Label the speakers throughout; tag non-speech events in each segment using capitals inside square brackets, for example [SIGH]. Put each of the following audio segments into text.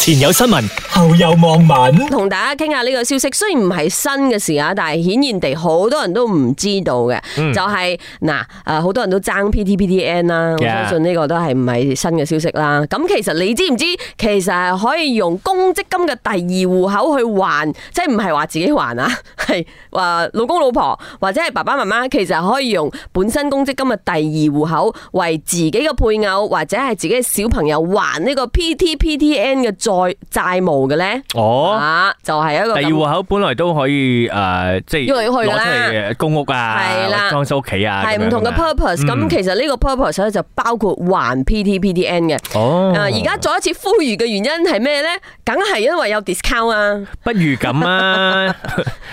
Speaker 1: 前有新聞，後有網民。
Speaker 2: 同大家傾下呢個消息，雖然唔係新嘅事啊，但係顯然地好多人都唔知道嘅，就係嗱誒，好多人都爭 PTPTN 啦，我
Speaker 1: Yeah
Speaker 2: 相信呢個都係唔係新嘅消息啦。咁其實你知唔知，其實係可以用公積金嘅第二戶口去還，即係唔係話自己還啊， [LAUGHS] 係話老公老婆或者係爸爸媽媽，其實可以用本身公積金嘅第二戶口為自己嘅配偶或者係自己嘅小朋友還呢個 PTPTN 嘅債債務嘅咧？
Speaker 1: 哦，
Speaker 2: 啊，就係、一個
Speaker 1: 第二
Speaker 2: 咁
Speaker 1: 户口本來都可以誒，即係
Speaker 2: 用嚟去㗎
Speaker 1: 攞
Speaker 2: 啦
Speaker 1: 出嚟公屋
Speaker 2: 係
Speaker 1: 啊，
Speaker 2: 啦
Speaker 1: 裝修屋企啊，
Speaker 2: 係唔同嘅
Speaker 1: 咁樣㗎
Speaker 2: purpose，咁、
Speaker 1: 嗯
Speaker 2: 其實呢個 purpose 咧就包括還 PTPTN 嘅。
Speaker 1: 嘛哦
Speaker 2: 誒，，而家再一次呼籲嘅原因係咩咧？梗係因為有 discount 啊！
Speaker 1: 不如咁
Speaker 2: [LAUGHS]
Speaker 1: 啊，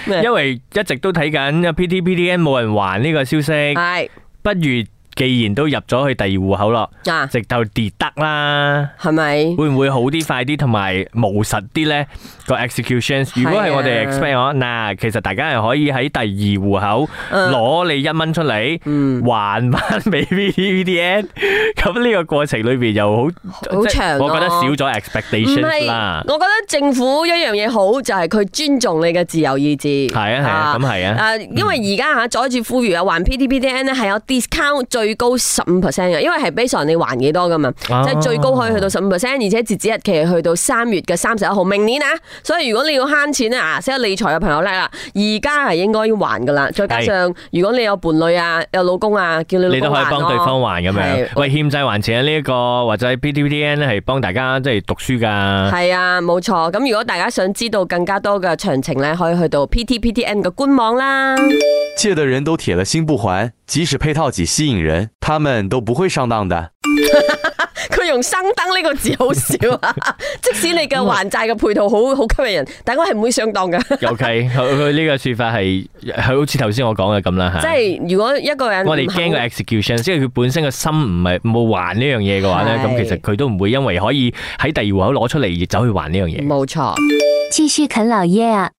Speaker 2: 咩
Speaker 1: 因為一直都睇緊 PTPTN 冇人還呢個消息，
Speaker 2: 係
Speaker 1: 不如既然都入咗去第二戶口咯，
Speaker 2: 啊，
Speaker 1: 直頭跌得啦。
Speaker 2: 係咪？
Speaker 1: 會唔會好啲、快啲同埋務實啲呢個 executions？
Speaker 2: 係
Speaker 1: 如
Speaker 2: 啊
Speaker 1: 果係我哋 expect 我嗱，其實大家係可以喺第二戶口
Speaker 2: 嗯
Speaker 1: 攞你一蚊出嚟，
Speaker 2: 嗯
Speaker 1: 還翻俾 VDN。咁 [LAUGHS] 呢個過程裏邊又好
Speaker 2: 好
Speaker 1: 即係
Speaker 2: 長咯
Speaker 1: 我覺得少咗
Speaker 2: 唔
Speaker 1: expectation
Speaker 2: 係
Speaker 1: 啦，。
Speaker 2: 我覺得政府一樣嘢好就係佢尊重你嘅自由意志。
Speaker 1: 係啊係啊，咁係啊，
Speaker 2: 誒，因為而家嚇阻住呼籲啊，還 PTPTN 咧係有 discount 最高十五 percent 嘅，因為係 base on 你還幾多噶嘛，即
Speaker 1: 啊
Speaker 2: 係最高可以去到十五 percent，而且截止日期係去到三月嘅三十一號，明年啊，所以如果你要慳錢咧啊，識得理財嘅朋友叻啦，而家係應該要還噶啦，再加上如果你有伴侶啊、有老公啊，叫你
Speaker 1: 你都
Speaker 2: 老公
Speaker 1: 可以
Speaker 2: 還
Speaker 1: 幫對方
Speaker 2: 咯。
Speaker 1: 還咁樣
Speaker 2: 係。
Speaker 1: 喂，欠債還錢呢一個或者 PTPDN 係幫大家即係讀書
Speaker 2: [LAUGHS]
Speaker 1: 㗎。
Speaker 2: 係啊，冇錯。咁如果大家想知道更加多嘅詳情咧，可以去到 PTPTN 嘅官網啦。
Speaker 1: [LAUGHS]
Speaker 3: 借的人都铁了心不还，即使配套几吸引人，他们都不会上当的。
Speaker 2: 佢用生燈呢個字好少
Speaker 1: [LAUGHS]
Speaker 2: 啊！即使你嘅
Speaker 1: 啊
Speaker 2: 還債嘅配套好好吸引人，但我係唔會上當噶。
Speaker 1: 尤其佢佢呢個説法係係好似頭先我講嘅咁啦嚇。
Speaker 2: 即係如果一個人
Speaker 1: 我哋驚個
Speaker 2: 佢
Speaker 1: execution，即係佢本身個心唔係冇還呢樣嘢嘅話咧，
Speaker 2: 係
Speaker 1: 咁其實佢都唔會因為可以喺第二戶口攞出嚟而走去還呢樣嘢。
Speaker 2: 冇錯，
Speaker 4: 继续啃老耶啊！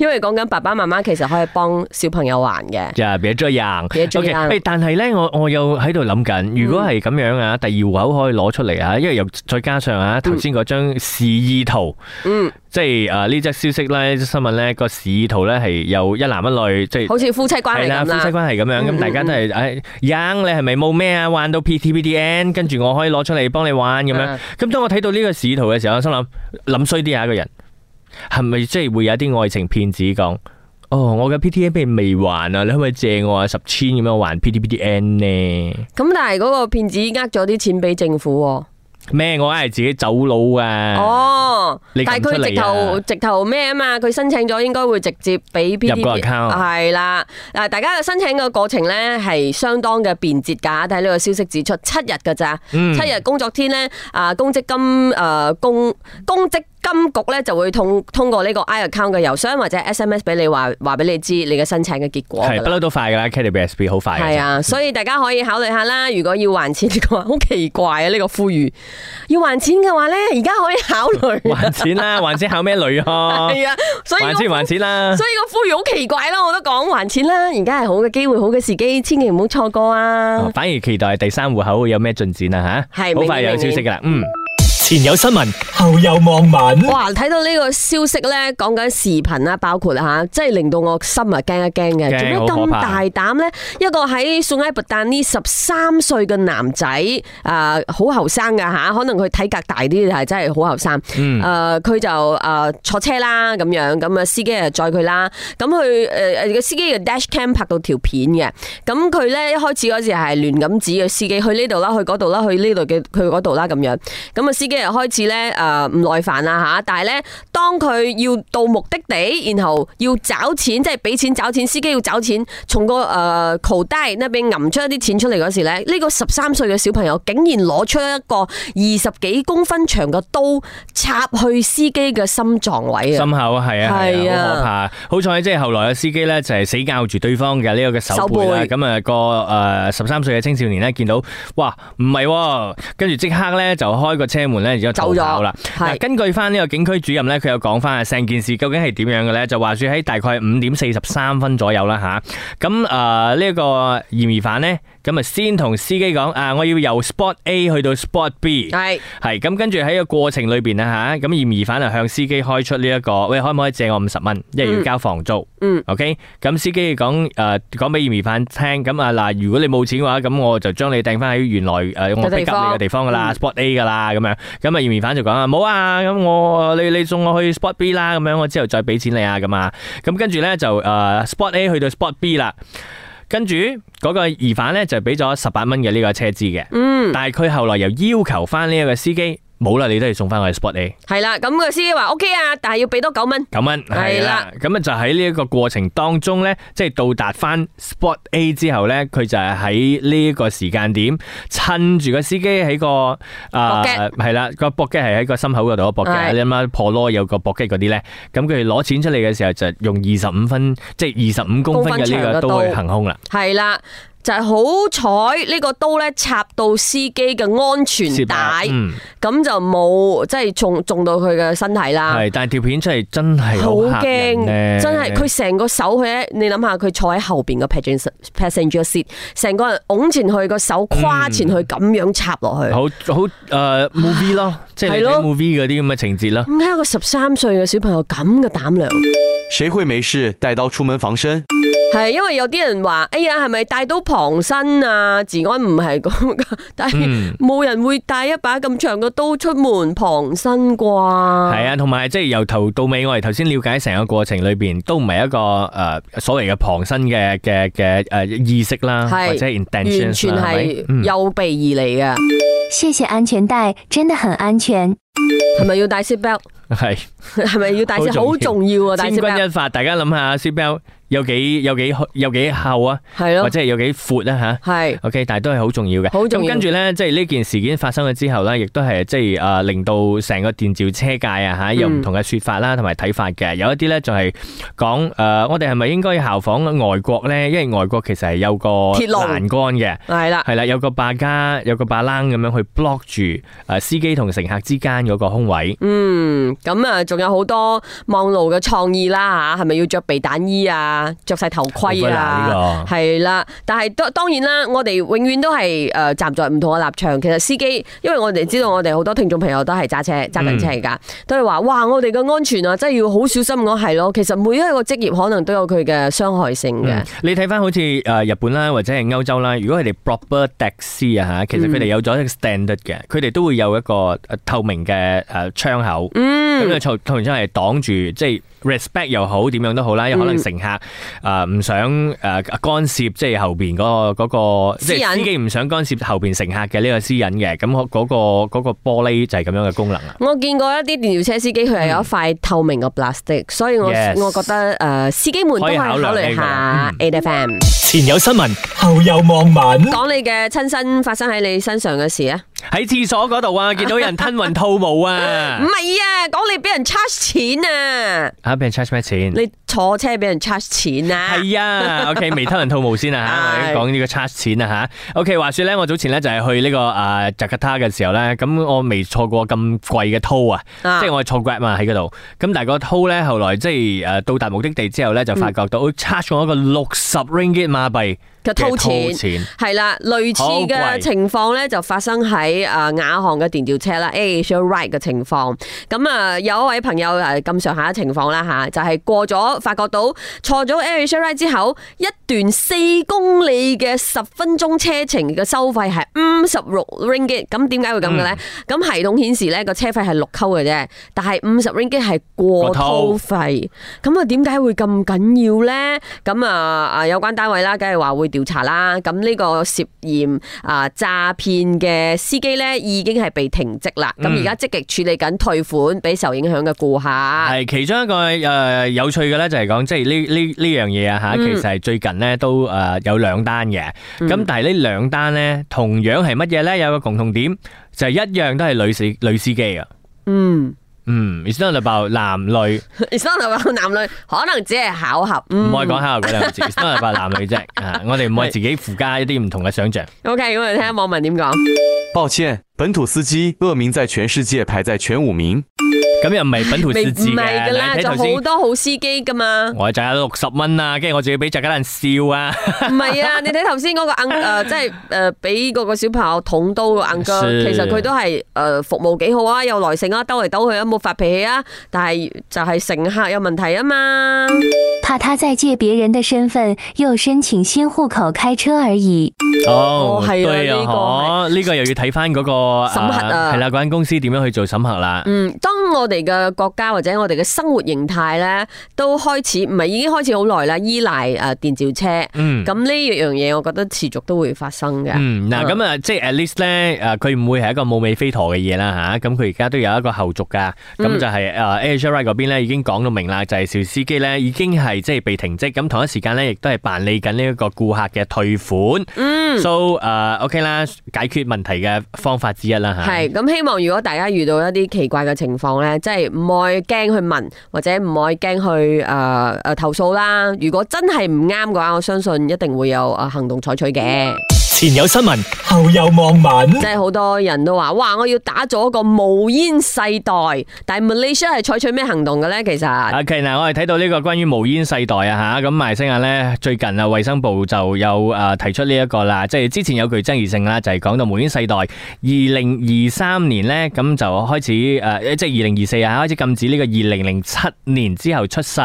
Speaker 2: 因為講緊爸爸媽媽其實可以幫小朋友還嘅。
Speaker 1: 就係別咗人
Speaker 2: 別咗
Speaker 1: ，OK，
Speaker 2: 人
Speaker 1: 誒但係咧，我我又喺度諗緊，如果係咁樣啊，第二戶口可以攞出嚟啊，因為又再加上啊頭先嗰張示意圖，
Speaker 2: 嗯，
Speaker 1: 即係誒呢則消息咧，呢則新聞咧個示意圖咧係有一男一女，即係
Speaker 2: 好似夫妻關
Speaker 1: 係
Speaker 2: 係
Speaker 1: 啦，
Speaker 2: 咁
Speaker 1: 夫妻
Speaker 2: 啦。
Speaker 1: 關係咁樣，
Speaker 2: 嗯
Speaker 1: 咁大家都係誒 young，你係咪冇咩啊？玩到 PTPDN，跟住我可以攞出嚟幫你玩咁樣
Speaker 2: 啊。
Speaker 1: 咁當我睇到呢個市圖嘅時候，我心諗諗衰啲啊，一個人係咪即係會有一啲愛情騙子講？哦，我嘅 PTPDN 未還啊，你可唔可以借我啊十千咁樣還 PTPDN 呢？
Speaker 2: 咁但係嗰個騙子呃咗啲錢俾政府喎。
Speaker 1: 咩？我係自己走佬啊！
Speaker 2: 哦，
Speaker 1: 你
Speaker 2: 但係
Speaker 1: 撳出
Speaker 2: 佢
Speaker 1: 嚟
Speaker 2: 直頭
Speaker 1: 啊
Speaker 2: 直頭咩啊嘛？佢申請咗應該會直接俾 P
Speaker 1: 入
Speaker 2: T
Speaker 1: 個 account
Speaker 2: 係啦。嗱，大家嘅申請嘅過程咧係相當嘅便捷㗎。睇呢個消息指出，七日㗎咋，
Speaker 1: 嗯
Speaker 2: 七日工作天咧，啊公積金誒公公積金局咧就會通通過呢個 i account 嘅郵箱或者 SMS 俾你話話俾你知你嘅申請嘅結果㗎
Speaker 1: 係啊
Speaker 2: 啦
Speaker 1: 不嬲都快噶啦 k d b s b 好快
Speaker 2: 係
Speaker 1: 嘅。
Speaker 2: 啊，所以大家可以考慮下啦。如果要還錢嘅話，好奇怪啊！呢、個呼籲要還錢嘅話咧，而家可以考慮啊。
Speaker 1: 還錢
Speaker 2: [LAUGHS]
Speaker 1: 啦，還錢考咩女啊？
Speaker 2: 係啊，所以
Speaker 1: 還
Speaker 2: 個
Speaker 1: 錢還錢啦！ [LAUGHS]
Speaker 2: 所以個呼籲好奇怪啦，我都講還錢啦。而家係好嘅機會，好嘅時機，千祈唔好錯過啊
Speaker 1: 哦！反而期待第三戶口會有咩進展啊吓，
Speaker 2: 係
Speaker 1: 好快
Speaker 2: 明年
Speaker 1: 有消息
Speaker 2: 明
Speaker 1: 噶啦，嗯。
Speaker 5: 前有新聞，後有網民。
Speaker 2: 哇，睇到呢個消息咧，講緊視頻啦，包括吓，即係令到我心啊驚一驚嘅。
Speaker 1: 驚
Speaker 2: 做咩
Speaker 1: 好可
Speaker 2: 咁
Speaker 1: 怕
Speaker 2: 大膽咧？一個喺宋埃拔旦呢十三歲嘅男仔，啊，好後生噶吓，可能佢體格大啲，但係真係好後生。
Speaker 1: 嗯
Speaker 2: 誒、佢就誒、坐車啦咁樣，咁啊司機啊載佢啦，咁佢誒誒個司機嘅 dash cam 拍到條片嘅，咁佢咧一開始嗰時係亂咁指嘅司機去呢度啦，去嗰度啦，去呢度嘅去嗰度啦咁樣，咁啊司機又開始咧誒唔耐煩啦吓，但係咧當佢要到目的地，然後要找錢，即係俾錢找錢，司機要找錢，從個誒、呃、口袋那邊揞出一啲錢出嚟嗰時咧，呢、個十三歲嘅小朋友竟然攞出一個二十幾公分長嘅刀插去司機嘅心臟位啊！
Speaker 1: 心口係啊，係
Speaker 2: 係
Speaker 1: 啊，
Speaker 2: 啊
Speaker 1: 好可怕。好彩即係後來嘅司機咧，就係死咬住對方嘅呢個嘅手背啦。
Speaker 2: 手背
Speaker 1: 咁啊個誒十三歲嘅青少年咧，見到哇唔係喎，跟住即刻咧就開個車門咧，然之後逃
Speaker 2: 走咗
Speaker 1: 跑啦。
Speaker 2: 係
Speaker 1: 嗱，根據翻呢個警區主任咧，佢有講翻啊，成件事究竟係點樣嘅咧？就話說喺大概五點四十三分左右啦吓，咁誒呢一個嫌疑犯呢，咁啊先同司機講啊，我要由 spot A 去到 spot B。
Speaker 2: 係
Speaker 1: 係咁，跟住喺個過程裏邊啊吓，咁嫌疑犯啊向司機開出呢、一個，喂，可唔可以借我五十蚊？因為要交房租。
Speaker 2: 嗯
Speaker 1: OK，咁司機講誒講俾嫌疑犯聽，咁啊嗱，如果你冇錢嘅話，咁我就將你掟翻喺原來誒、呃我
Speaker 2: 嘅地
Speaker 1: pick up
Speaker 2: 方
Speaker 1: 你嘅地方噶啦
Speaker 2: 嗯
Speaker 1: ，spot A 噶啦咁樣。咁啊嫌疑犯就講啊冇啊，咁我你你送我去 spot B 啦，咁樣我之後再俾錢你啊咁啊。咁跟住咧就誒、呃 spot A 去到 spot B 啦。跟住嗰個疑犯咧就俾咗十八蚊嘅呢個車資嘅，嗯，但係佢後來又要求翻呢一個司機，冇啦，你都要送翻我去 spot A
Speaker 2: 係啦，咁個司機話 OK 啊，但係要俾多九蚊。
Speaker 1: 九蚊，係
Speaker 2: 係
Speaker 1: 啦
Speaker 2: 啦，
Speaker 1: 咁啊就喺呢一個過程當中咧，即係到達翻 spot A 之後咧，佢就係喺呢一個時間點，趁住個司機喺個啊
Speaker 2: 搏
Speaker 1: 係啦個搏擊係喺個心口嗰度搏擊，
Speaker 2: 係
Speaker 1: 你諗下破囉有個搏擊嗰啲咧，咁佢攞錢出嚟嘅時候就用二十五分，即係二十五公分嘅呢個
Speaker 2: 公
Speaker 1: 刀
Speaker 2: 分長嘅
Speaker 1: 去
Speaker 2: 刀
Speaker 1: 行兇啦。
Speaker 2: 係啦，就係好彩呢個刀咧插到司機嘅安全
Speaker 1: 攝啊
Speaker 2: 帶，
Speaker 1: 嗯
Speaker 2: 咁就冇即係中中到佢嘅身體啦。
Speaker 1: 系，但系條片出嚟真係
Speaker 2: 好
Speaker 1: 好嚇人
Speaker 2: 驚，
Speaker 1: 咧
Speaker 2: 真係佢成個手佢咧，你諗下佢坐喺後邊個 passenger passenger seat，成個人拱前去個手跨前去咁樣插落去。
Speaker 1: 嗯好好诶 movie 咯，即係你
Speaker 2: 係
Speaker 1: 睇
Speaker 2: 咯
Speaker 1: movie 嗰啲咁嘅情節啦。
Speaker 2: 點解一個十三歲嘅小朋友咁嘅膽量？
Speaker 3: 谁会没事带刀出门防身？
Speaker 2: 係因為有啲人話：哎呀，係咪帶刀旁身啊？治安唔係咁 [LAUGHS] 噶，但
Speaker 1: 嗯
Speaker 2: 係冇人會帶一把咁長嘅刀出門旁身啩？
Speaker 1: 係
Speaker 2: 係
Speaker 1: 啊，同埋即係由頭到尾，我哋頭先了解成個過程裏边，都唔係一個诶、呃所謂嘅旁身嘅嘅嘅诶意識啦，
Speaker 2: 係
Speaker 1: 或者 intention
Speaker 2: 完全係
Speaker 1: 嗯
Speaker 2: 有備而嚟啊嘅，
Speaker 4: 谢谢安全带，真的很安全。
Speaker 2: 係咪要帶 seat belt？
Speaker 1: 係
Speaker 2: [LAUGHS] 係咪要帶 seat？
Speaker 1: 好
Speaker 2: 好
Speaker 1: 重
Speaker 2: 重要啊！帶
Speaker 1: 千
Speaker 2: seat
Speaker 1: 鈞
Speaker 2: belt
Speaker 1: 一發，大家諗下 C B L 有幾有幾有幾厚啊，
Speaker 2: 係
Speaker 1: 或
Speaker 2: 咯，
Speaker 1: 者係有幾闊啊吓。
Speaker 2: 係
Speaker 1: OK，但係都係好重要嘅。
Speaker 2: 好重要
Speaker 1: 咁跟住呢，即係呢件事件發生咗之後呢，亦都係即係誒令到成個電召車界啊嚇有唔同嘅説法啦，同埋睇法嘅。有一啲呢，就係講誒，呃我哋係咪應該效仿外國呢？因為外國其實係有個
Speaker 2: 鐵籠
Speaker 1: 欄杆嘅。
Speaker 2: 係啦。
Speaker 1: 係啦，有個把架，有個把楞咁樣去 block 住誒司機同乘客之間嗰個空位。
Speaker 2: 嗯，咁啊，仲有好多網路嘅創意啦吓，係咪要着避彈衣啊，着晒頭盔
Speaker 1: 好啦
Speaker 2: 啊？
Speaker 1: 呢個
Speaker 2: 係啦，但係當當然啦，我哋永遠都係誒站在唔同嘅立場。其實司機，因為我哋知道我哋好多聽眾朋友都係揸車
Speaker 1: 嗯
Speaker 2: 揸緊車㗎，都係話哇，我哋嘅安全啊，真係要好小心我係咯。其實每一個職業可能都有佢嘅傷害性嘅
Speaker 1: 嗯，你睇翻好似誒日本啦，或者係歐洲啦，如果佢哋 proper taxi 啊嚇，其實佢哋
Speaker 2: 嗯
Speaker 1: 有咗一個 standard 嘅，佢哋都會有一個誒透明嘅誒窗口，
Speaker 2: 嗯
Speaker 1: 咁嘅透透明窗係擋住，即係 respect 又好點樣都好
Speaker 2: 嗯
Speaker 1: 啦，有可能乘客呃誒唔想誒干涉，即係後邊嗰個嗰個，即
Speaker 2: 私
Speaker 1: 係
Speaker 2: 隱
Speaker 1: 司機唔想干涉後邊乘客嘅呢個私隱嘅，咁嗰嗰個嗰個玻璃就係咁樣嘅功能啦。
Speaker 2: 我見過一啲電召車司機，佢係有一塊透明嘅 plastic，所以我
Speaker 1: 嗯 Yes
Speaker 2: 我覺得誒、呃司機們
Speaker 1: 可
Speaker 2: 都可
Speaker 1: 以
Speaker 2: 以
Speaker 1: 考
Speaker 2: 考
Speaker 1: 慮嗯
Speaker 2: 慮下 A F M。
Speaker 5: 前有新闻，后有望文。
Speaker 2: 讲你嘅亲身发生喺你身上嘅事啊？
Speaker 1: 喺廁所嗰度啊，見到有人吞雲吐霧
Speaker 2: 唔
Speaker 1: 啊！
Speaker 2: 系啊，讲你俾人 charge 钱啊，
Speaker 1: 嚇，俾人 charge 咩錢？
Speaker 2: 你坐车俾人 charge 钱啊？
Speaker 1: 係啊，OK，未
Speaker 2: [LAUGHS]
Speaker 1: 偷人套毛先啊吓，
Speaker 2: 係
Speaker 1: 我哋講呢個 charge 錢啊吓。OK，話說咧，我早前咧就係去呢個啊 Jakarta 嘅時候咧，咁我未坐過咁貴嘅 toll 啊，
Speaker 2: 啊
Speaker 1: 即係我係坐 Grab 嘛喺嗰度。咁但係個 toll 咧，後來即係誒到達目的地之後咧，就發覺
Speaker 2: 嗯
Speaker 1: 到哦 charge 我一個六十 ringgit 馬幣
Speaker 2: 嘅 toll 錢
Speaker 1: 錢。
Speaker 2: 系啦，類似
Speaker 1: 好貴
Speaker 2: 嘅情況咧就發生喺誒亞航嘅電召車啦，Asia Ride 嘅情況。咁啊，有一位朋友誒咁上下嘅情況啦吓，就係、過咗發覺到坐咗 Asia Ride 之後，一段四公里嘅十分鐘車程嘅收費係五十六 ringgit。咁點解會咁嘅咧？咁、系統顯示咧個車費係六溝嘅啫，但係五十 ringgit 係過
Speaker 1: 過套
Speaker 2: 套費，咁啊點解會咁緊要咧？咁啊啊有關單位啦，梗係話會調查啦。咁呢個涉嫌啊詐騙嘅司機咧，已經係被停職啦。咁
Speaker 1: 嗯
Speaker 2: 而家積極處理緊退款俾受影響嘅顧客。 [LAUGHS]
Speaker 1: 係其中一個誒、呃有趣嘅咧，就係講即係呢呢呢樣嘢啊嚇，
Speaker 2: 嗯
Speaker 1: 其實係最近咧都誒、呃有兩單嘅，咁、但係呢兩單咧同樣係乜嘢咧？有個共同點就係、一樣都係女司女司機啊。
Speaker 2: 嗯，
Speaker 1: 嗯，it's not about 男女，唔
Speaker 2: 而生就話男女可能只係巧合。嗯唔
Speaker 1: 可以講下嗰兩個字，it's not about 男女
Speaker 2: [LAUGHS]
Speaker 1: 啫。啊，我哋唔可以自己附加一啲唔同嘅想像。
Speaker 2: O K，咁我哋聽下網民點講。
Speaker 3: 抱歉，本土司机恶名在全世界排在前五名。
Speaker 1: 咁咁又唔係品圖
Speaker 2: 未
Speaker 1: 試
Speaker 2: 唔
Speaker 1: 字
Speaker 2: 係
Speaker 1: 嘅，
Speaker 2: 噶啦，
Speaker 1: 你睇
Speaker 2: 就
Speaker 1: 頭先
Speaker 2: 好多好司機噶嘛。
Speaker 1: 我就有六十蚊啊，跟住我仲要俾扎家人笑啊，
Speaker 2: 唔係啊，你睇頭先嗰 [LAUGHS] 個 uncle，呃即係诶俾嗰個小朋友捅刀個 uncle，
Speaker 1: 是
Speaker 2: 其實佢都係诶服務幾好啊，有耐性啊，兜嚟兜去啊，冇發脾氣啊，但係就係乘客有問題啊嘛。
Speaker 4: 怕他再借别人的身份又申请新户口开车而已。
Speaker 1: 哦，
Speaker 2: 係啊
Speaker 1: 對
Speaker 2: 呢個
Speaker 1: 嗬，呢個又要睇翻嗰個
Speaker 2: 審核啊
Speaker 1: 係啦，嗰間公司點樣去做審核啦。
Speaker 2: 嗯，當我哋嘅國家或者我哋嘅生活形態咧，都開始唔係已經開始好耐啦，依賴诶电召車。
Speaker 1: 嗯。
Speaker 2: 咁呢樣嘢，我覺得持續都會發生嘅。
Speaker 1: 嗯，嗱，
Speaker 2: 嗯
Speaker 1: 咁啊，即系 at least 咧，誒，佢唔會係一個冇尾飛陀嘅嘢啦吓，咁佢而家都有一個後續噶，咁
Speaker 2: 嗯
Speaker 1: 就係誒 Air Share 嗰邊咧已經講到明啦，就係肇司機咧已經係即係被停職，咁同一時間咧亦都係辦理緊呢一個顧客嘅退款
Speaker 2: 嗯，
Speaker 1: ，so 誒 OK 啦，解決問題嘅方法之一啦吓。
Speaker 2: 係咁，希望如果大家遇到一啲奇怪嘅情況咧，即係唔愛驚去問，或者唔愛驚去诶诶投訴啦。如果真係唔啱嘅話，我相信一定會有诶行動採取嘅。
Speaker 5: 前有新闻，后有望文
Speaker 2: 即。係好多人都話：，哇！我要打造一個無煙世代。但係 Malaysia 係採取咩行動嘅咧？其實
Speaker 1: OK，嗱，我哋睇到呢個關於無煙世代啊吓，咁埋星亞咧最近啊，衛生部就有诶提出呢一個啦，即係之前有具爭議性啦，就係講到無煙世代，二零二三年咧咁就開始诶、呃即係二零二四啊，開始禁止呢個二零零七年之後出世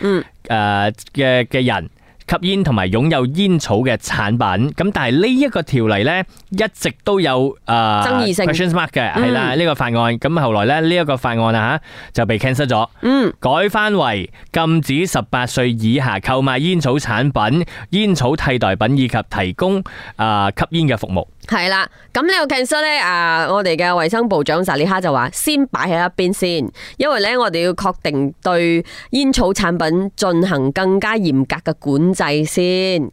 Speaker 2: 嗯
Speaker 1: 诶嘅嘅人。吸煙同埋擁有煙草嘅產品，咁但係呢一個條例咧，一直都有誒、呃、
Speaker 2: 爭議性
Speaker 1: questions mark 嘅，係啦呢個法案，咁後來咧呢一、個法案啊嚇就被 cancel 咗。
Speaker 2: 嗯。
Speaker 1: 改翻為禁止十八歲以下購買煙草產品、煙草替代品以及提供啊、吸煙嘅服務。
Speaker 2: 係啦，咁呢個 cancel 咧，啊，我哋嘅衛生部長薩利哈就話先擺喺一邊先，因為咧我哋要確定對煙草產品進行更加嚴格嘅管制先，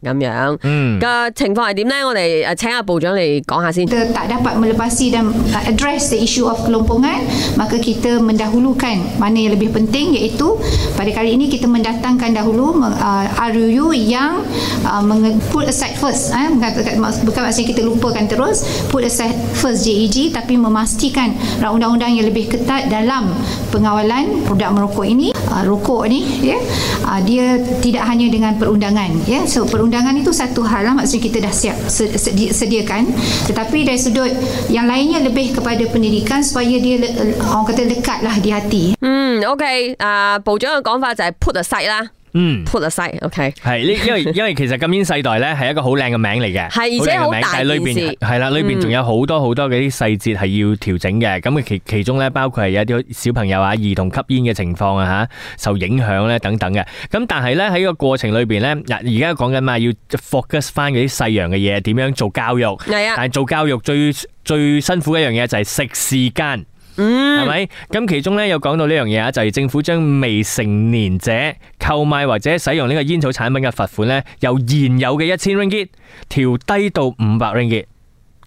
Speaker 2: 咁樣
Speaker 1: 嗯，
Speaker 2: 嘅情況係點咧？我哋呃誒請阿部長嚟講下先。
Speaker 6: kita tak dapat melepasi dan tak address the issue of kelompongan maka kita mendahulukan mana yang lebih penting iaitu pada kali ini kita mendatangkan dahulu me- uh, RUU yang uh, menge- put aside first eh, mengatakan- maks- bukan maksudnya kita lupakan terus put aside first JEG tapi memastikan undang-undang yang lebih ketat dalam pengawalan produk merokok ini uh, rokok ni ya uh, dia tidak hanya dengan perundangan ya so perundangan itu satu hal lah maksudnya kita dah siap se- sedi- sediakan tetapi dari sudut yang lainnya lebih kepada pendidikan supaya dia le- orang kata lekatlah di hati
Speaker 2: 嗯，OK，啊，部長嘅講法就係 put aside 啦
Speaker 1: 嗯。
Speaker 2: ，put aside，OK，、
Speaker 1: 係呢，因為 [LAUGHS] 因為其實禁煙世代咧係一個好靚嘅名嚟嘅，
Speaker 2: 係而且
Speaker 1: 靚嘅
Speaker 2: 好
Speaker 1: 名
Speaker 2: 大
Speaker 1: 但係裏邊
Speaker 2: 件事
Speaker 1: 係啦，裏邊仲有好多好多嘅啲細節係要調整嘅。咁其其中咧包括係有一啲小朋友啊、兒童吸煙嘅情況啊嚇受影響咧等等嘅。咁但係咧喺個過程裏邊咧，嗱而家講緊嘛要 focus 翻嗰啲細樣嘅嘢，點樣做教育。
Speaker 2: 係啊，
Speaker 1: 但係做教育最最辛苦一樣嘢就係食時間。係咪？咁其中咧有講到呢樣嘢啊，就係政府將未成年者購買或者使用呢個煙草產品嘅罰款咧，由現有嘅一千 ringgit 調低到五百 ringgit，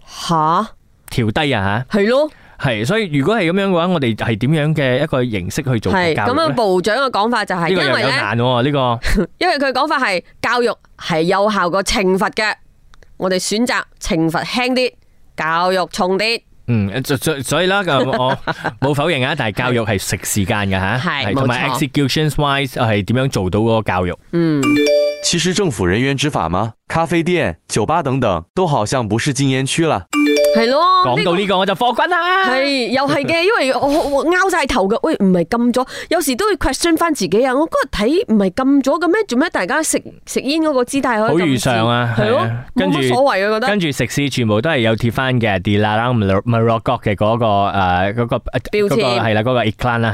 Speaker 2: 吓，
Speaker 1: 調低啊
Speaker 2: 係咯。
Speaker 1: 吓，係。所以如果係咁樣嘅話，我哋係點樣嘅一個形式去做教育
Speaker 2: 係咁啊！
Speaker 1: 咧？
Speaker 2: 部長嘅講法就係
Speaker 1: 呢
Speaker 2: 因
Speaker 1: 個又
Speaker 2: 為
Speaker 1: 有
Speaker 2: 咧。
Speaker 1: 難喎，呢個
Speaker 2: 因為佢講法係教育係有效過懲罰嘅，我哋選擇懲罰輕啲，教育重啲。
Speaker 1: 嗯，所所所以啦，咁
Speaker 2: [LAUGHS]
Speaker 1: 我冇否認啊，但係教育係食時間嘅吓，
Speaker 2: 係
Speaker 1: 係同埋
Speaker 2: 冇錯
Speaker 1: executions wise 係點樣做到嗰個教育？
Speaker 2: 嗯，
Speaker 3: 其实政府人员执法吗？咖啡店、酒吧等等都好像不是禁烟区了。
Speaker 2: 係咯。
Speaker 1: 講到呢個我就火滾啦。
Speaker 2: 系又哦係
Speaker 1: [LAUGHS]
Speaker 2: 嘅，因為我我我拗晒頭嘅，喂唔係禁咗，有時都會 question 翻自己啊！我嗰日睇唔係禁咗嘅咩？做咩大家食食煙嗰個姿態可以
Speaker 1: 好
Speaker 2: 咁
Speaker 1: 如常啊
Speaker 2: 自然係
Speaker 1: 係
Speaker 2: 咯
Speaker 1: 啊，跟
Speaker 2: 冇
Speaker 1: 住
Speaker 2: 乜所謂啊，
Speaker 1: 跟
Speaker 2: 覺得
Speaker 1: 住食肆全部都係有貼翻嘅 d i l a r a Morocco 嘅嗰個誒嗰個
Speaker 2: 標籤
Speaker 1: 係啦，嗰個 eclan 啦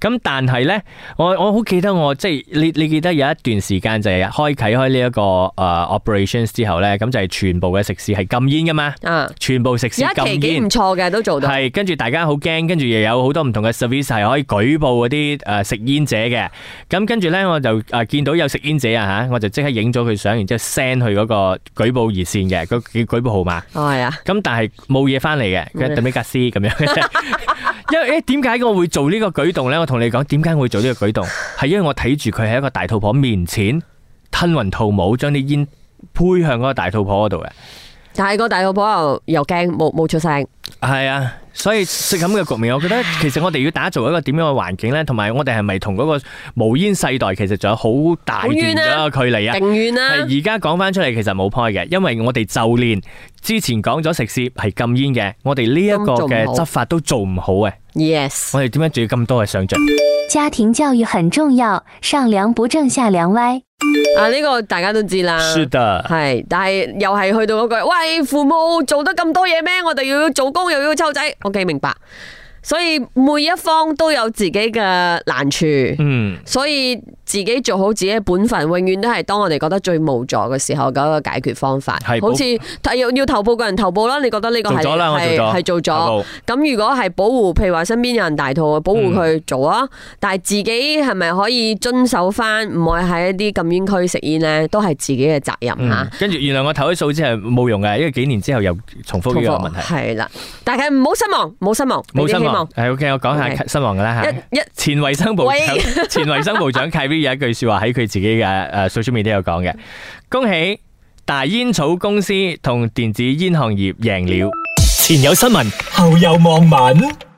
Speaker 1: 吓，咁但係咧，我我好記得我即係你你記得有一段時間就係開啟開呢一個誒 operations 之後咧，咁就係全部嘅食肆係禁煙噶嘛，
Speaker 2: 啊，
Speaker 1: 全部食肆
Speaker 2: 有一期
Speaker 1: 禁
Speaker 2: 幾唔
Speaker 1: 煙。
Speaker 2: 錯嘅都做到，
Speaker 1: 係，跟住大家好驚，跟住又有好多唔同嘅 service 係可以舉報嗰啲誒食煙者嘅。咁跟住咧，我就誒見到有食煙者啊嚇，我就即刻影咗佢相，然之後 send 去嗰個舉報熱線嘅個舉報號碼。
Speaker 2: 係啊，
Speaker 1: 咁但係冇嘢翻嚟嘅，
Speaker 2: 冇嘢
Speaker 1: 佢特比格斯咁樣。 [LAUGHS] 因為誒點解我會做呢個舉動咧？我同你講點解我會做呢個舉動，係因為我睇住佢喺一個大肚婆面前吞雲吐霧，將啲煙。配向嗰個大肚婆嗰度嘅，
Speaker 2: 但係個大老婆又又驚冇冇出聲。
Speaker 1: 系啊，所以食咁嘅局面，我覺得其實我哋要打造一個點樣嘅環境呢？同埋我哋係咪同嗰個無煙世代其實仲有好大段
Speaker 2: 好
Speaker 1: 嘅距離啊？
Speaker 2: 定遠啦，
Speaker 1: 係而家講翻出嚟，其實冇 point 嘅，因為我哋就連之前講咗食肆係禁煙嘅，我哋呢一個嘅執法都做唔好嘅，
Speaker 2: ，yes，
Speaker 1: 我哋點解仲要咁多嘅想像？
Speaker 4: 家庭教育很重要，上梁不正下梁歪。
Speaker 2: 啊呢個大家都知啦。
Speaker 1: 是的，
Speaker 2: 係，但係又係去到嗰句，喂，父母做得咁多嘢咩？我哋又要做工，又要湊仔。OK，明白。所以每一方都有自己嘅難處，
Speaker 1: 嗯，
Speaker 2: 所以自己做好自己嘅本分，永遠都係當我哋覺得最無助嘅時候嗰個解決方法。
Speaker 1: 係
Speaker 2: 好似要要投報嘅人投報啦，你覺得呢個
Speaker 1: 做
Speaker 2: 係
Speaker 1: 咗啦，我做
Speaker 2: 係
Speaker 1: 咗，
Speaker 2: 係做咗。
Speaker 1: 好
Speaker 2: 咁如果係保護，譬如話身邊有人大肚，保
Speaker 1: 嗯
Speaker 2: 護佢做啊，但係自己係咪可以遵守翻，唔可以喺一啲禁煙區食煙呢？都係自己嘅責任吓
Speaker 1: 嗯。跟住原來我投咗數字係冇用嘅，因為幾年之後又重複呢個問題。
Speaker 2: 係啦，但係唔好失望，唔好失望，
Speaker 1: 冇
Speaker 2: 俾啲
Speaker 1: 失
Speaker 2: 希
Speaker 1: 望，係 OK，我講下
Speaker 2: OK
Speaker 1: 失望噶啦嚇。
Speaker 2: 一一
Speaker 1: 前衛生部長
Speaker 2: 喂，
Speaker 1: [LAUGHS] 前衛生部長 k a v 有一句説話喺佢自己嘅誒 social media 有講嘅，恭喜大煙草公司同電子煙行業贏了。
Speaker 5: 前有新聞，後有網民。